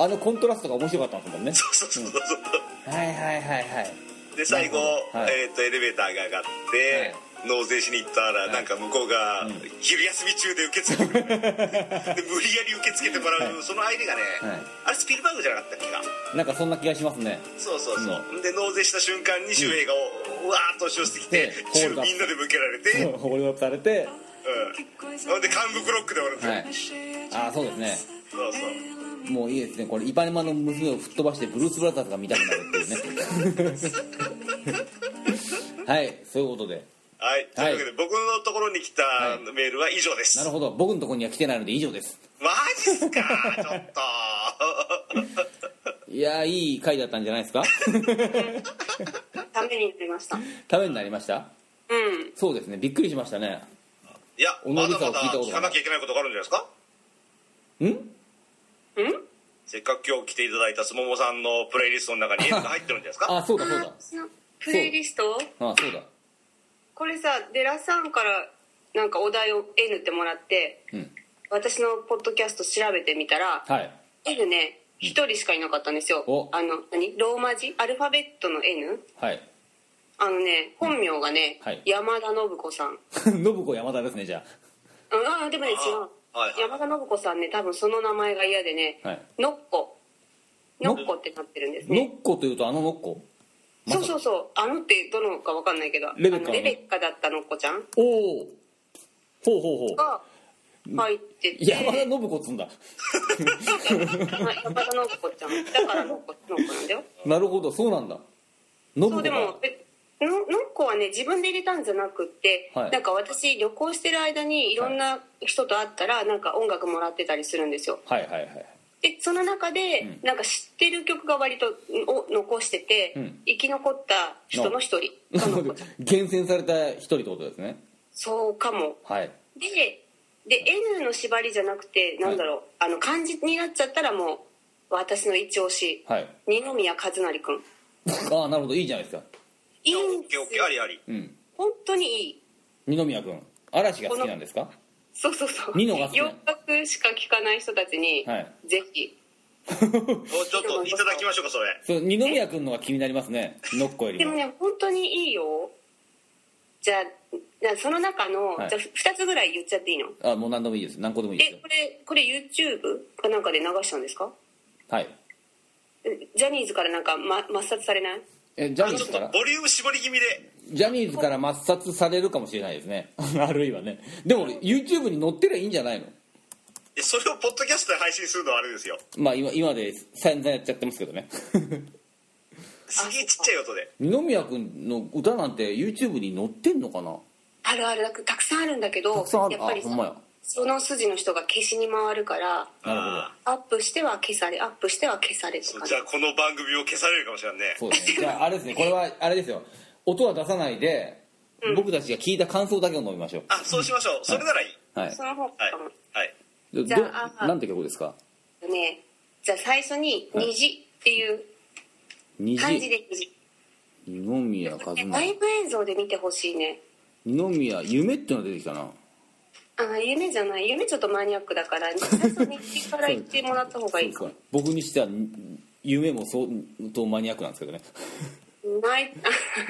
あのコントラストが面白かったんですもんね
そうそうそうそうそう
はいはいはいはい
で最後、
なるほどはい
えー、とエレベーターが上がって、納税しに行ったら、なんか向こうが、昼休み中で受け付けてくれるで無理やり受け付けてもらう、
はい
その相手がね、
はい
あれスピルバーグじゃなかったっけか
なんかそんな気がしますね
そうそうそう、で納税した瞬間に周平がおうわーっと押し寄せてきて
でホ
銃
ールドアップ
みんなで向けられて、うん、
ホールアップされて
Que coisa
ほんで韓国ロックで終わるんですよ、
はい
mais cheia de
Ah, todas, né?
graça.
Todas, todas.
Ela me
もういいですねこれイパネマの娘を吹っ飛ばしてブルース・ブラザーズが見たくなるっていう ねはいそういうことで
はい、というわけで僕のところに来た
はい
メールは以上です、
なるほど僕のところには来てないので以上です
マジっすかちょっと
いやーいい回だったんじゃないですか
ためになりましたうん
ためになりましたそうですねびっくりしましたね
いや
お
ま
のり
だ
さん
ま
を聞
だ
いたことがない
聞かなきゃいけないことがあるんじゃないです
ん
か
うん
せっかく今日来ていただいたすももさんのプレイリストの 中に演歌入ってるんじゃないですか
あそうだそうだ
そのプレイリスト
あそうだ
これさデラさんからなんかお題を N ってもらって
うん
私のポッドキャスト調べてみたら
はい
N ね一人しかいなかったんですよ
お
あの何ローマ字アルファベットの N
はい
あのね本名がね、
はい
山田信子さん
信子山田ですねじゃ
ああでもね違う
あはいはい
山田信子さんね多分その名前が嫌でね
あはい
のっこのっこってなってるんです
ノ
ね
ッコというとあのノッコ
そうそうそうあのってどのかわかんないけど
レベッカ
あのレベッカだったのっこちゃん
おおほうほうほう
が入ってて
山田信子っつんだ
まあ山田信子ちゃんだからのっこのっこなんだよ
なるほどそうなんだ信子
そうで
か
もえののっこはね自分で入れたんじゃなくって、
はい
なんか私旅行してる間にいろんな人と会ったらなんか音楽もらってたりするんですよ
はいはいはい
でその中で、なんか知ってる曲が割とを残してて、
うん
生き残った人の一人
な
が
る
の
ほ
っこ
ど
ちゃん
厳選された一人ってことですね
そうかも
はい
でで N の縛りじゃなくてなんだろう、あの漢字になっちゃったらもう私の一押し、
はい
二宮和也君
ああなるほどいいじゃないですか
いい
オッ
んです
ケー
よ
オッケーありあり
うん
本当にいい
二宮君嵐が好きなんですか
そうそうそう
ニノが好きな
洋
の
楽しか聴かない人たちに、
はい
ぜひ
おちょっといただきましょうかそれ
そう二宮君のが気になりますねノッコより
で
も
もね本当にいいよじゃあじゃあその中の、
はい
じゃあ2つぐらい言っちゃっていいの
あもう何でもいいです何個でもいいです
え
よ
これこれ YouTube かなんかで流したんですか
はい
えジャニーズからなんか、ま、抹殺されない
えジャニー
ちょ
ズ
っ
か
と
ら
ボリューム絞り気味で
ジャニーズから抹殺されるかもしれないですね あるいはねでも YouTube に載ってりゃいいんじゃないの
いやそれをポッドキャストで配信するのはあれですよ
まあ今今で散々やっちゃってますけど ね
すげえちっちゃい音で
二宮君の歌なんて YouTube に載ってんのかな
あるあるだくたくさんあるんだけど
たくさんある
やっぱり
あほんまや
その筋の人が消しに回るから
な
アップしては消されアップしては消されと
そ
か
う
ね
じゃあこの番組を消されるかもしれないね
そうですねじゃああれですねこれはあれですよ音は出さないで、僕たちが聞いた感想だけを飲みましょ
あそうしましょうそれならいいう
はい
その方
はい
かも、
はい
ど
じゃあ
どなんて曲ですか
ねじゃあ最初に「
はい
虹」っていう漢
虹
字で虹
二宮和
えライ
也
ブ映像で見てほしいね
二宮夢ってのが出てきたな
あー夢じゃない夢ちょっとマニアックだ から最初日から行ってもらった方がいいか
そうですか僕にしては夢も相当マニアックなんですけどね
ない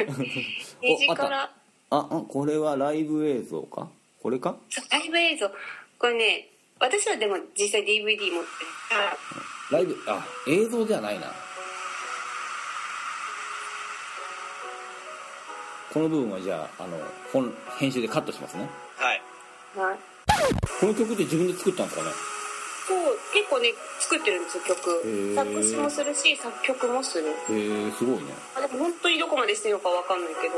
虹から
ああこれはライブ映像かこれか
そうライブ映像これね私はでも実際 DVD 持ってるから
ライブあ映像ではないなこの部分はじゃああの本編集でカットしますね
はい
はい
この曲って自分で作ったんですかね
そう結構ね作ってるんですよ曲
ー
作詞もするし作曲もする
へえすごいね
あでも本当にどこまでしてるのかわかんないけど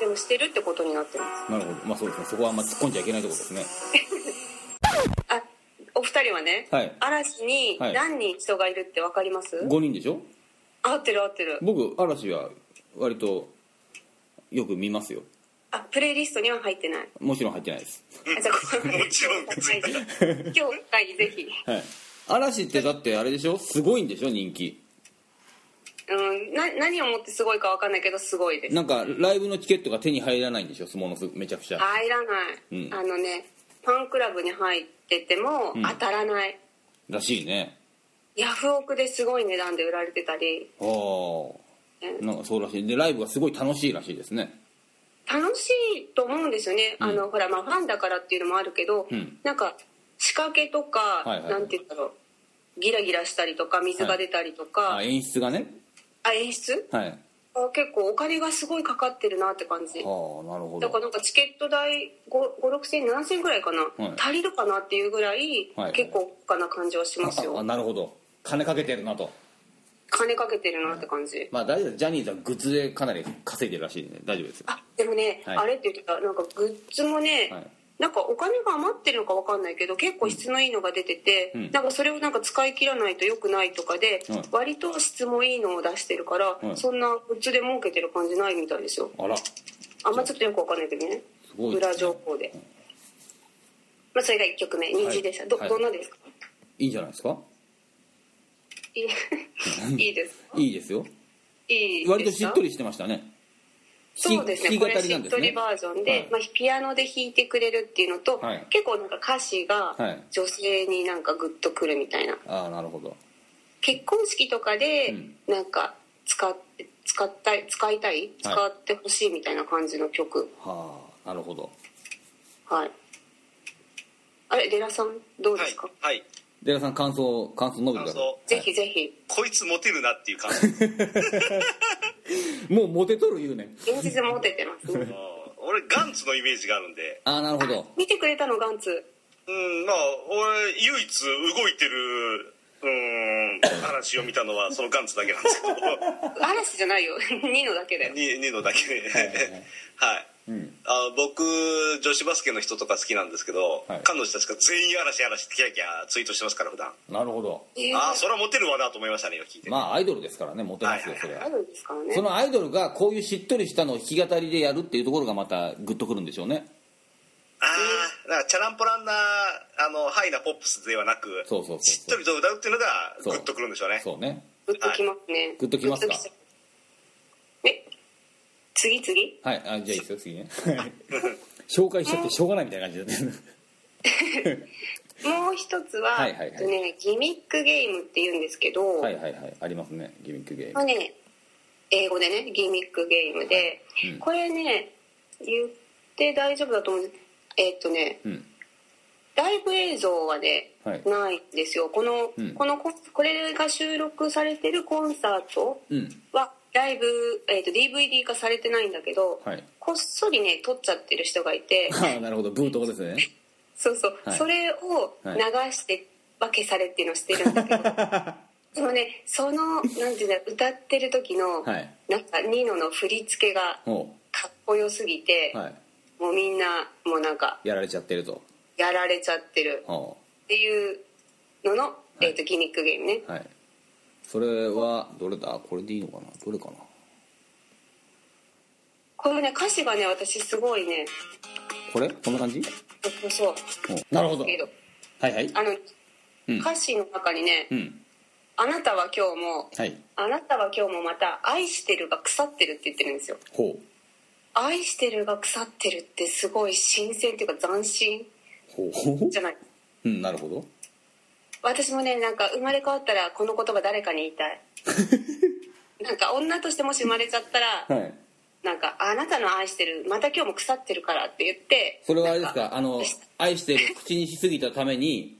でもしてるってことになってます
なるほどまあそうですねそこはあんま突っ込んじゃいけないところですね
あお二人はね、
はい
嵐に何人人がいるってわかります、
5人でしょ
合ってる合ってる
僕嵐は割とよく見ますよ
あプレイリストには入ってない
もちろん入ってないです
あじゃあこれ
もちろん別に
今日回ぜひ
はい嵐ってだってあれでしょすごいんでしょ人気
うんな何をもってすごいかわかんないけどすごいです
なんかライブのチケットが手に入らないんでしょものすごくめちゃくちゃ
入らない、
うん
あのねファンクラブに入ってても
うん
当たらない、
らしいね
ヤフオクですごい値段で売られてたり
ああなんかそうらしいでライブがすごい楽しいらしいですね
楽しいと思うんですよね、
うん
あのほらまあファンだからっていうのもあるけど、
うん
なんか仕掛けとか、
はいはいはい
なんて言うんだろうギラギラしたりとか水が出たりとか、
あ演出がね
あ演出
はいあ
あ結構お金がすごいかかってるなって感じ
あなるほ
だか
ど
らなんかチケット代56000 7000円ぐらいかな、
はい
足りるかなっていうぐらい、
はい
結構高価な感じはしますよ、
ああなるほど金かけてるなと
金かけてるなって感じ、
まあ大丈夫ですジャニーズはグッズでかなり稼いでるらしいんで大丈夫ですよ
あでもね、
はい
あれって言ってたなんかグッズもね、
はい
なんかお金が余ってるのかわかんないけど結構質のいいのが出てて、
うん
なんかそれをなんか使い切らないと良くないとかで、
はい
割と質もいいのを出してるから、
はい
そんなグッズで儲けてる感じないみたいですよ
あら
あんまちょっとよくわかんないけどね
ごいですね
裏情報で、まあ、それが1曲目「虹」でした、ど
はい
どんなですか、
いいんじゃないですか
いい いいですか
いいですよ
いいですか
割としっとりしてましたね
そうですね
弾き
こ
弾き語り
れし
なん
っ
です
とり
ね
バージョンで、
はい
まあ、ピアノで弾いてくれるっていうのと、
はい
結構なんか歌詞が
はい
女性になんかグッとくるみたいな、
ああなるほど
結婚式とかで
うん
なんか使って使ったい使いたい使ってほしいみたいな感じの曲
はあなるほど
はい、あれデラさんどうですか、
はい
デラさん感想感想述べてくださ
感想
ぜひぜひ
こいつモテるなっていう感じ
いもうモテとる言うね
現実モテてますね
俺ガンツのイメージがあるんで
ああなるほど
見てくれたのガンツ
うんまあ俺唯一動いてるうん嵐を見たのはそのガンツだけなんですけど
嵐じゃないよ ニノだけだよ
にニノだけで
はいはいはい
はい
うん
あ僕女子バスケの人とか好きなんですけど、
はい
彼女たちが全員嵐嵐ってキャーキャーツイートしてますから普段
なるほど
えー
ああそれはモテるわなと思いましたね今聞いて、
まあアイドルですからねモテますよそれ
あ
は
るんですから ね
そのアイドルがこういうしっとりしたのを弾き語りでやるっていうところがまたグッとくるんでしょうね
ああなんかチャランポランなあのハイなポップスではなく
そうそうそうそう
しっとりと歌うっていうのが
そう
グッとくるんでしょうね
そうね
グッときますね、
グッときますか
グッちゃうえ次次
はいあじゃあいいですよ次 ね紹介しちゃってしょうがないみたいな感じで
もう一つは,、
はいはいはい
えっとね、ギミックゲームって言うんですけど、
はいはいはいありますねギミックゲー
こ
ム
れね英語でねギミックゲームで、
はいうん
これね言って大丈夫だと思うんですえっとね
うん
ライブ映像はね、
はい
ないんですよこの、
うん
このコこれが収録されてるコンサート
うん
はライブ、えっと DVD 化されてないんだけど、
はい
こっそりね撮っちゃってる人がい て
ああなるほどブートコです ね
そうそう、
はい
それを流して分けされっていうのをしてるん だけどでもねそのなんていうんだろう歌ってる時の、
はい
なんかニノの振り付けが
も
かっこよすぎて、
うはい
もうみんなもうなんか
やられちゃってると
やられちゃってる
は
っていうのの、えー、とギミックゲームね
あはいそれはどれだこれでいいのかなどれかな
これね歌詞がね私すごいね
これこんな感じ
そうそう
うんなるほど
けど
はいはい
あの、
うん
歌詞の中にね、
うん
あなたは今日も
はい
あなたは今日もまた愛してるが腐ってるって言ってるんですよ
ほう
愛してるが腐ってるってすごい新鮮っていうか斬新
ほうほ
じゃないう
うんなるほど
私もねなんか生まれ変わったらこの言葉誰かに言い たいなんか女としてもし生まれちゃったら
はい
なんかあなたの愛してるまた今日も腐ってるからって言って
それはあれです
なん
かあの愛してる口にしすぎたために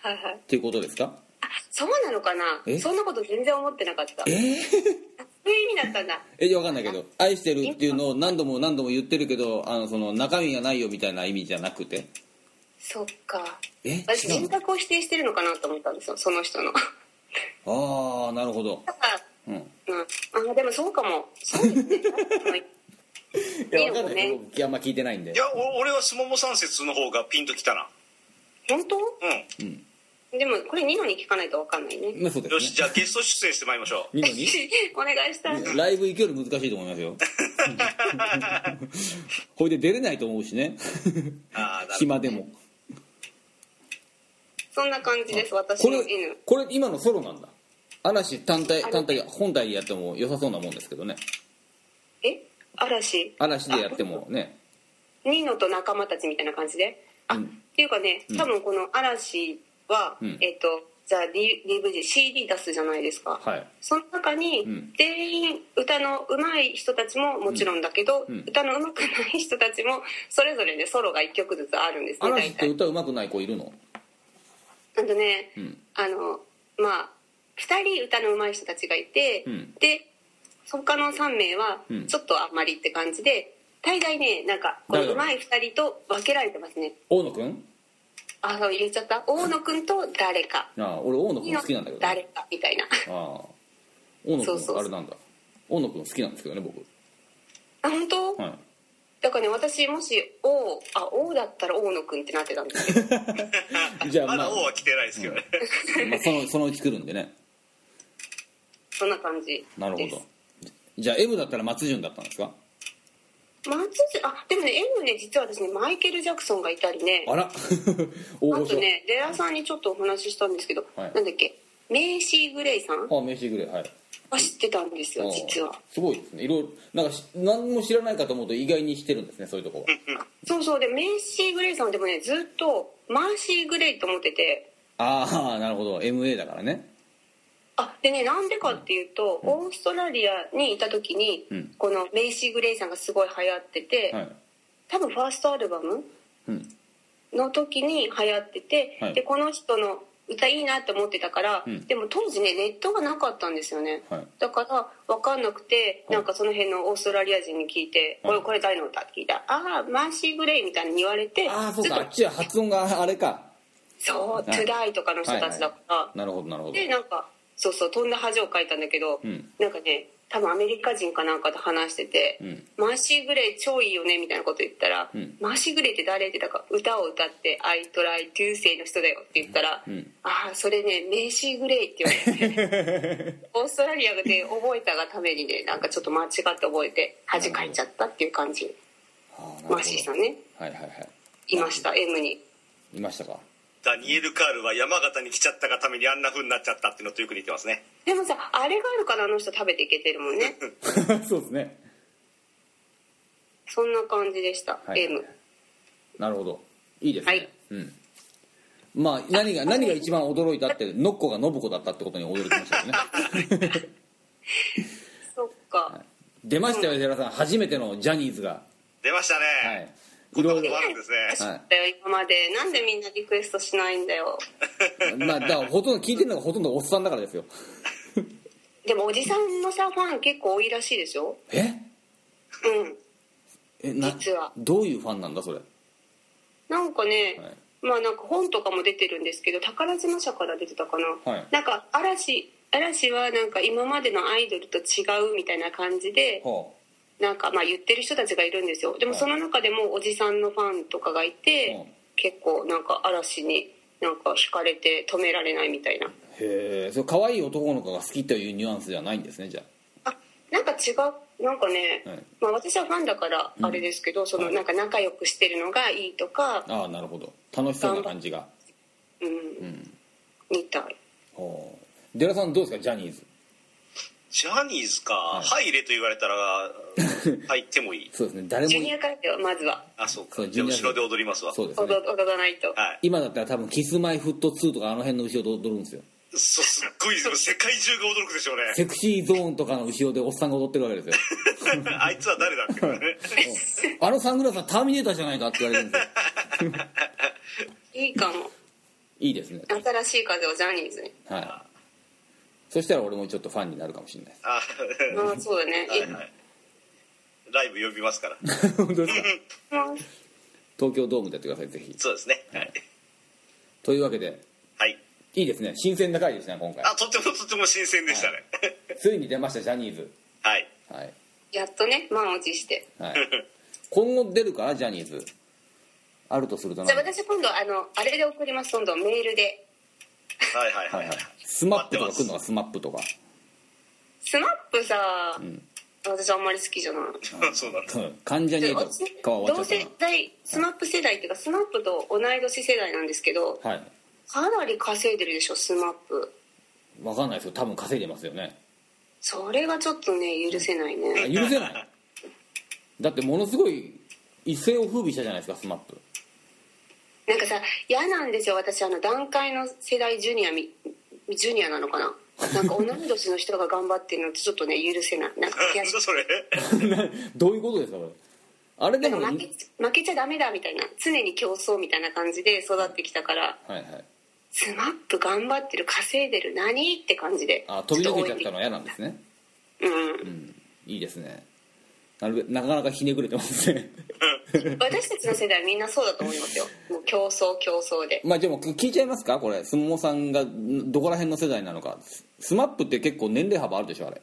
はいはい
っていうことですか
あそうなのかな
え
そんなこと全然思ってなかったそう
え
いう意味だったんだ
えじゃあ分かんないけど愛してるっていうのを何度も何度も言ってるけどあのその中身がないよみたいな意味じゃなくて
そっか
え
私
違う
人
の
格を否定してるのかなと思ったんですよその人の
ああなるほど
だから
うんい
うん、あでもそうかもそうですね
や分かんない
いいよね
僕あんま聞いてないんで
いやお俺はすもも三節の方がピンときたな
本
うん
うん
当でもこれニノに聞かないと分かんないね
まあそうで
よし
す
じ
ね
ゃあゲスト出演してまいりましょう
ニノに
お願いしたい
ライブ行くより難しいと思いますよほいで出れないと思うしね
ああなるほ
暇でも
そんな感じです私
こ
の
れ
犬
これ今のソロなんだ嵐単体単体本体でやっても良さそうなもんですけどね
え嵐
嵐でやってもね
ニノと仲間たちみたいな感じであ、
うん
っていうかね多分この嵐は、
うん
えっ、とじゃあ DVDCD 出すじゃないですか、
はい
その中に
うん
全員歌の上手い人たちももちろんだけど、
うんうん
歌の上手くない人たちもそれぞれでソロが1曲ずつあるんですね
嵐
大
って
体。
歌うまくない子いるの
なんとね、
うん
あのまあ2人歌の上手い人たちがいて、
うん
で他の3名は
うん
ちょっとあんまりって感じで大概ねなんかこの上手い2人と分けられてますね
大野くん
あそう入れちゃった大野くんと誰か
ああ俺大野くん好きなんだけど、
誰かみたいな
ああ大野
そうそ
くん
うそう
あれなんだ大野くん好きなんですけどね僕
あ本当、
はい
だからね私もし「王」あ「王」だったら大野くんってなってたんですけど
じゃあ
どま
まあ
だ王は来てないですけどね、
まあそのそのうち来るんでね
そんな感じです
なるほどじゃあ M だったら松潤だったんですか
松潤あでもね M ね実はですねマイケル・ジャクソンがいたりね
あら大
あ
御所
とねデラさんにちょっとお話ししたんですけど、
はい
なんだっけメイシー・グレイさ
あ
ん
あ名刺ぐらいはい
は知ってたんですよ実
あ
は
あすごいですねいろいろなんかし何も知らないかと思うと意外にしてるんですねそういうとこは
そうそうでメイシー・グレイさんはでもねずっとマーシー・グレイと思ってて
ああなるほど MA だからね
あでねなんでかっていうと、オーストラリアにいた時に、
うん
このメイシー・グレイさんがすごい流行ってて、
はい
多分ファーストアルバム
うん
の時に流行ってて、
はい
でこの人の歌いいなって思ってたから、
うん
でも当時ねネットがなかったんですよね、
はい
だから分かんなくて
はい
なんかその辺のオーストラリア人に聞いて「
はい
これこれ誰の歌?」って聞いたら「ああマーシー・グレイ」みたいに言われて
ああそうか
ず
あ
っ
っ
と
ちは発音があれか
そう「トゥダイ」とかの人たちだから、
なるほどなるほど
でなんかそうそう飛んだ恥をかいたんだけど、
うん
なんかね多分アメリカ人かなんかと話してて、
うん
マーシー・グレイ超いいよねみたいなこと言ったら、
うん
マーシー・グレイって誰ってだから歌を歌って「I try to say」の人だよって言ったら「
うん
ああそれねメイシー・グレイ」って言われて オーストラリアで覚えたがためにねなんかちょっと間違って覚えて恥かいちゃったっていう感じ
あーなるほど
マーシーさんね
はいはいはい
いました M に
いましたか
ダニエル・カールは山形に来ちゃったがためにあんな風になっちゃったっていうのとよく似てますね
でもさあれがあるからあの人食べていけてるも んね
そうですね
そんな感じでした、
はい
M
なるほどいいですね、
はい
うんまあ何が何が一番驚いたってノッコが信子だったってことに驚きましたよね
そっか、
出ましたよ寺田さん初めてのジャニーズが
出ましたね、
はい
こ
い
んな
ろ
こ
い
と
ろ
もあるんですね、
は
だよ今までなんでみんなリクエストしないんだよ
いまあだからほとんど聞いてるのがほとんどおっさんだからですよ
でもおじさんのさファン結構多いらしいでし ょ
え
うん
えな
実は
どういうファンなんだそれ
なんかね、
はい
まあなんか本とかも出てるんですけど宝島社から出てたかな、
はい
なんか嵐嵐はなんか今までのアイドルと違うみたいな感じで
ほ
なんかまあ言ってる人たちがいるんですよでも
はい
その中でもおじさんのファンとかがいて
うん
結構なんか嵐になんか惹かれて止められないみたいな
うへえそれ可愛い男の子が好きというニュアンスではないんですねじゃあ
あなんか違うなんかね、
はい
まあ、私はファンだからあれですけど、そのなんか仲良くしてるのがいいとか、
ああなるほど楽しそうな感じが
うんみたい
ほうデラさんどうですかジャニーズ
ジャニーズか、
い
入れと言われたら 入ってもいい
そうですね誰も
ジュニアからではまずは
あそうか
そう
じゃあ
ジュニア
後ろで踊りますわ
そうです
踊
ね
踊らないと、
はい
今だったら多分「キスマイフット2」とかあの辺の後ろで踊るんですよ
そうすっごいでも世界中が驚くでしょうね
セクシーゾーンとかの後ろでおっさんが踊ってるわけですよ
あいつは誰だっていう ね
あのサングラスはターミネーターじゃないかって言われるんですよ
い、いかも
いいですね
新しい風をジャニーズに
はいそしたら俺もちょっとファンになるかもしれないで
あ
ああそうだね、
はいはいライブ呼びますから
す本当ですか
います
東京ドームでやってくださいぜひ
そうですねはい、
というわけで
はい、
いいですね新鮮な回ですね今回
あとてもとても新鮮でしたね
ついに出ましたジャニーズ
はい
はい、
やっとね満を持して
はい、今後出るかなジャニーズあるとすると
じ
な
ゃあ私今度あのあれで送ります今度メールで
はいはいは
はいい
は
はいいスマップとか来るのがスマップとか
スマップさ、
ん
私あんまり好きじゃない
そうなんだ
うん患者に
で
言うと
私
かは終わ
同
っちゃっ
世代スマップ世代っていうかスマップと同い年世代なんですけど
たなはい
かなり稼いでるでしょスマップ
わかんないですよ多分稼いでますよね
それがちょっとね許せない
あ
ね
許せないだってものすごい一世を風靡したじゃないですかスマップ
なんかさ嫌なんですよ私あの段階の世代ジュニアみジュニアなのかななんか同い年の人が頑張ってるのってちょっとね許せないなんか
な
悔
ん
しい
だそれ
どういうことですかこれあ れで
なん
も
か負
は
け
い
負けちゃダメだみたいな常に競争みたいな感じで育ってきたから
はい
スマップ頑張ってる稼いでる何って感じで
あ飛び抜けちゃった
の
のは嫌なんですね
う
うんいいですねなるべなかなかひねくれてますね
ん私たちの世代はみんなそうだと思いますよもう競争競争で
まあでも聞いちゃいますかこれ相撲さんがんどこら辺の世代なのかススマップって結構年齢幅あるでしょあれ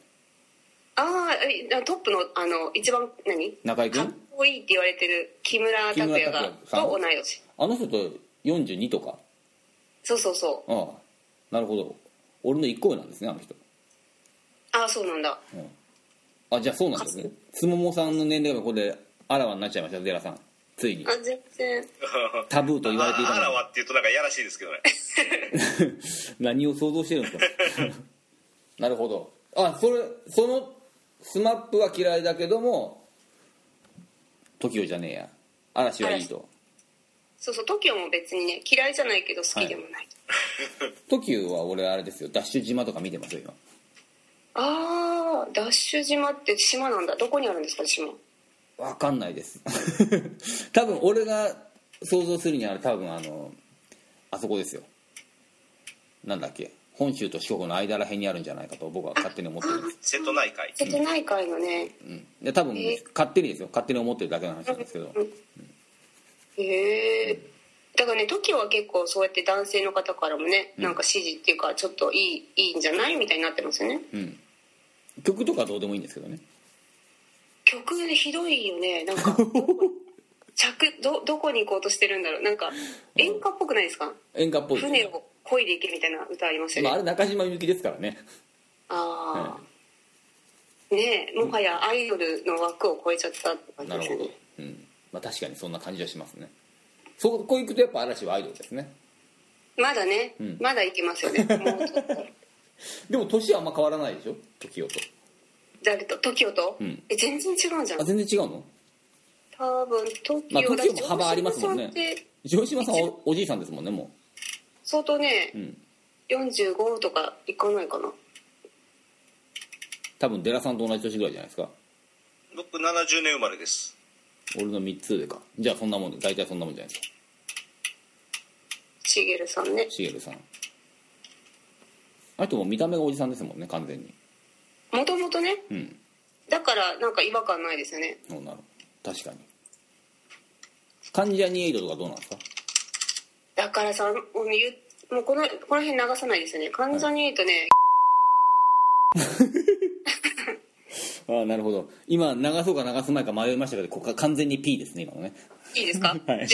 ああえトップのあの一番何
中居
か
君
っこいいって言われてる木村拓哉が
木村拓哉さん
と同い年
あの人と42とか
そうそうそう
ああなるほど俺の1個上なんですねあの人
ああそうなんだ
あじゃあそうなんですねつももさんの年齢がここであらわになっちゃいましたデラさんついに
あ全然
タブーと言われていた
ああ
の
ら
に
わっていうとなんかやらしいですけどね
何を想像してるんですか なるほどあそれそのスマップは嫌いだけども TOKIO じゃねえや嵐はいいと
そうそう TOKIO も別にね嫌いじゃないけど好きでもない、
TOKIO は俺あれですよダッシュ島とか見てますよ今
あーダッシュ島って島なんだどこにあるんですか島
わかんないです 多分俺が想像するにあれ多分あのあそこですよなんだっけ本州と四国の間らへんにあるんじゃないかと僕は勝手に思ってるんです、
瀬戸内海
瀬戸内海のね
うん、で多分
えー
勝手にですよ勝手に思ってるだけの話なんですけど
へえだからね TOKIO は結構そうやって男性の方からもね、なんか支持っていうかちょっといいいいんじゃないみたいになってますよね
うん曲とかどうでもいいんですけどね
曲ひどいよねな んかどこ着どどこに行こうとしてるんだろうなんか演歌っぽくないですか、
演歌っぽいです
船
ね
を漕いでいけみたいな歌ありますよ
まあ、あ
ね、
れ中島みゆきですからね
ああーねえもはやアイドルの枠を超えちゃったって感じ
な
で
る
す
ほ
よ
ど
ね、
うんまあ、確かにそんな感じはしますねそこ行くとやっぱ嵐はアイドルですね
まだね、
うん
まだいけます よねもうちょっと
でも年はあんま変わらないでしょ TOKIO と
誰と TOKIO と、
うん
え全然違うんじゃん
あ全然違うの
多分 TOKIO
まあ TOKIO
だし
も幅ありますもんね
城島
城島さ
さって
んはおおじいさんですもんねも
相当ね
う、う、ん、
45とかいかないかな
多分デラさんと同じ年ぐらいじゃないですか
僕70年生まれです
俺の3つ上かじゃあそんなもんで大体そんなもんじゃないですか
しげるさんね
しげるさんあともう見た目がおじさんですもんね完全に
もともとね
うん
だからなんか違和感ないですよね
そうなる確かに関ジャニエイドとかどうなんですか
だからさもう言うもうこのこの辺流さないですよね関ジャニとね、
ああなるほど今流そうか流す前か迷いましたけどここが完全に P ですね今のね
いいですか、
はい
でね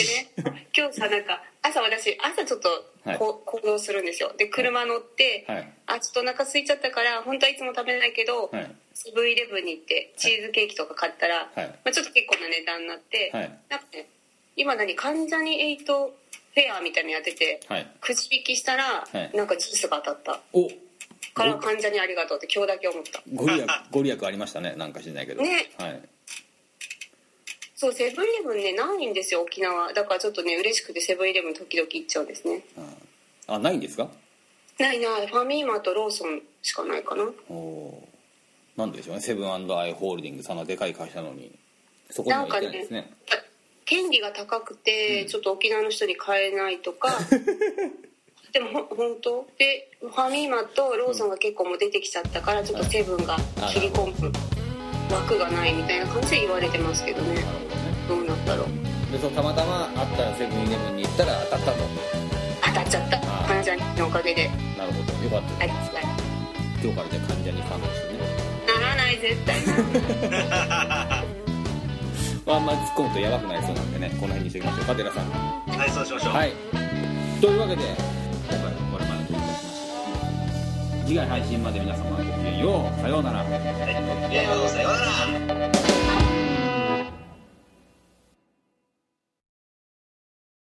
今日さなんか朝私朝ちょっと
はい
こ、行動するんですよで車乗って、
はい
あちょっとお腹空いちゃったから本当はいつも食べないけど、
はい
セブンイレブンに行ってチーズケーキとか買ったら、
はい
まあ、ちょっと結構な値段になって、
はい
なんかね今何関ジャニエイトフェアみたいなのやってて、
はい
くじ引きしたら、
はい
なんかジュースが当たった
お
から関ジャニありがとうって今日だけ思った
ご利益ご利益ありましたねなんか知んないけど、
ね
はい
そうセブンイレブンねないんですよ沖縄だからちょっとね嬉しくてセブンイレブン時々行っちゃうんですね
ああないんですか
ないないファミマとローソンしかないかな
おおーなんでしょうねセブンアイ・ホールディングスさんのでかい会社なのにそこに
な
は
ん
行っ
か
てないで
ね
すね
権利が高くて、ちょっと沖縄の人に買えないと かでもほ本当でファミマとローソンが結構もう出てきちゃったからちょっとセブンが切り込む枠がないみたいな感じで言われてますけどね
なるほどね
どうなったろう
でそのたまたまあったセブンイレブンに行ったら当たったと
当たっちゃった
あー
マージャンのおかげで
なるほどよかった
あい
で
つ
す、
が
今日からじゃあ患者に参加してね
ならない絶対ならない
まああんまり突っ込むとやばくなりそうなんでねこの辺にしておきましょうか寺さん
はいそうしましょう、
はいというわけで今回はこれまでといたしまして次回配信まで皆様ごきげんようさようなら
いやさようなら